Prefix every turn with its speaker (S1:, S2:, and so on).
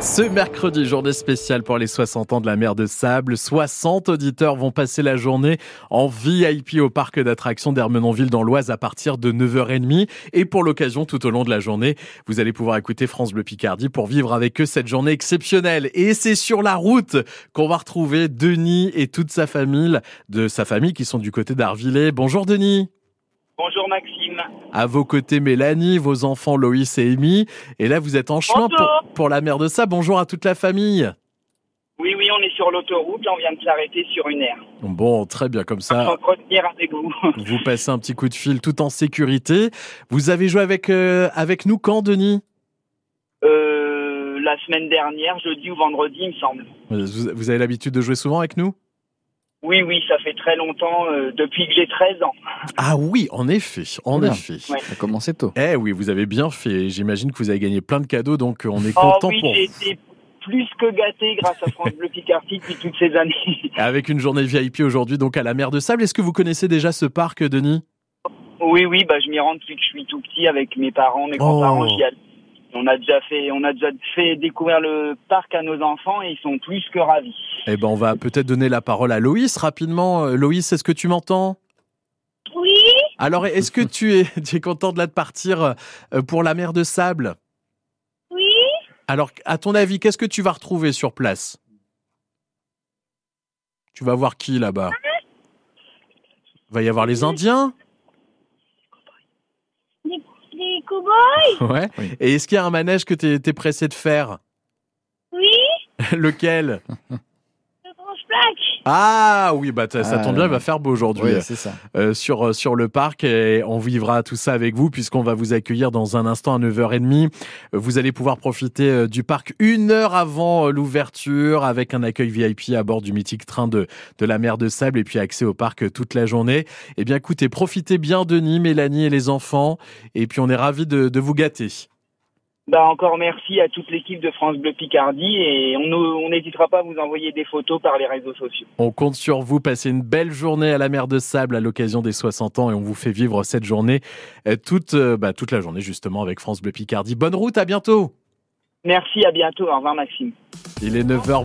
S1: Ce mercredi, journée spéciale pour les 60 ans de la mer de Sable. 60 auditeurs vont passer la journée en VIP au parc d'attractions d'Hermenonville dans l'Oise à partir de 9h30. Et pour l'occasion, tout au long de la journée, vous allez pouvoir écouter France Bleu Picardie pour vivre avec eux cette journée exceptionnelle. Et c'est sur la route qu'on va retrouver Denis et toute sa famille, de sa famille qui sont du côté d'Arvillers. Bonjour Denis.
S2: Bonjour Maxime.
S1: À vos côtés, Mélanie, vos enfants Loïs et Amy. Et là, vous êtes en chemin
S2: Bonjour.
S1: pour, pour la mer de ça. Bonjour à toute la famille.
S2: Oui, oui, on est sur l'autoroute, là, on vient de s'arrêter sur une aire.
S1: Bon, très bien, comme
S2: On
S1: ça,
S2: va S'entretenir avec vous.
S1: vous passez un petit coup de fil tout en sécurité. Vous avez joué avec, euh, avec nous quand, Denis
S2: Euh, la semaine dernière, jeudi ou vendredi, il me semble.
S1: Euh, Vous vous avez l'habitude de jouer souvent avec nous
S2: Oui, oui, ça fait très longtemps, euh, depuis que j'ai 13 ans.
S1: Ah oui, en effet, en
S3: Bien.
S1: effet.
S2: Ouais.
S3: Ça a commencé tôt.
S1: Eh oui, vous avez bien fait. J'imagine que vous avez gagné plein de cadeaux, donc euh, on est
S2: Oh
S1: content
S2: oui,
S1: pour
S2: j'ai
S1: vous.
S2: été plus que gâté grâce à France Bleu Picardie depuis toutes ces années.
S1: Avec une journée VIP aujourd'hui, donc à la mer de Sable. Est-ce que vous connaissez déjà ce parc, Denis
S2: Oui, oui, bah, je m'y rends depuis que je suis tout petit avec mes parents, mes grands-parents.
S1: Oh.
S2: j'y allais. On a déjà fait, on a déjà fait découvrir le parc à nos enfants et ils sont plus que ravis.
S1: Eh ben, on va peut-être donner la parole à Loïs rapidement. Euh, Loïs, est-ce que tu m'entends
S4: Oui,
S1: Alors, est-ce que tu es, tu es content de là de partir euh, pour la mer de sable
S4: oui,
S1: Alors, à ton avis, qu'est-ce que tu vas retrouver sur place Tu vas voir qui là-bas
S4: Hein
S1: Va y avoir les Indiens
S4: les cow-boys,
S1: Ouais.
S3: Oui.
S1: Et est-ce qu'il y a un manège que tu es, pressé de faire
S4: oui,
S1: Lequel
S4: le grand plaque.
S1: Ah oui, bah t'as- ça
S3: Ah,
S1: tombe bien,
S3: là,
S1: il va
S3: là.
S1: faire beau aujourd'hui.
S3: Oui, c'est ça.
S1: euh, sur, euh, sur le parc et on vivra tout ça avec vous puisqu'on va vous accueillir dans un instant à 9h30. Euh, Vous allez pouvoir profiter euh, du parc une heure avant euh, l'ouverture avec un accueil VIP à bord du mythique train de, de la mer de sable et puis accès au parc euh, toute la journée. Eh bien écoutez, profitez bien Denis, Mélanie et les enfants et puis on est ravis de, de vous gâter.
S2: Bah encore merci à toute l'équipe de France Bleu Picardie et on on n'hésitera pas à vous envoyer des photos par les réseaux sociaux.
S1: On compte sur vous, passez une belle journée à la mer de sable à l'occasion des 60 ans et on vous fait vivre cette journée euh, toute, euh, bah, toute la journée justement avec France Bleu Picardie. Bonne route, à bientôt
S2: Merci, à bientôt, au revoir Maxime.
S1: Il est 9h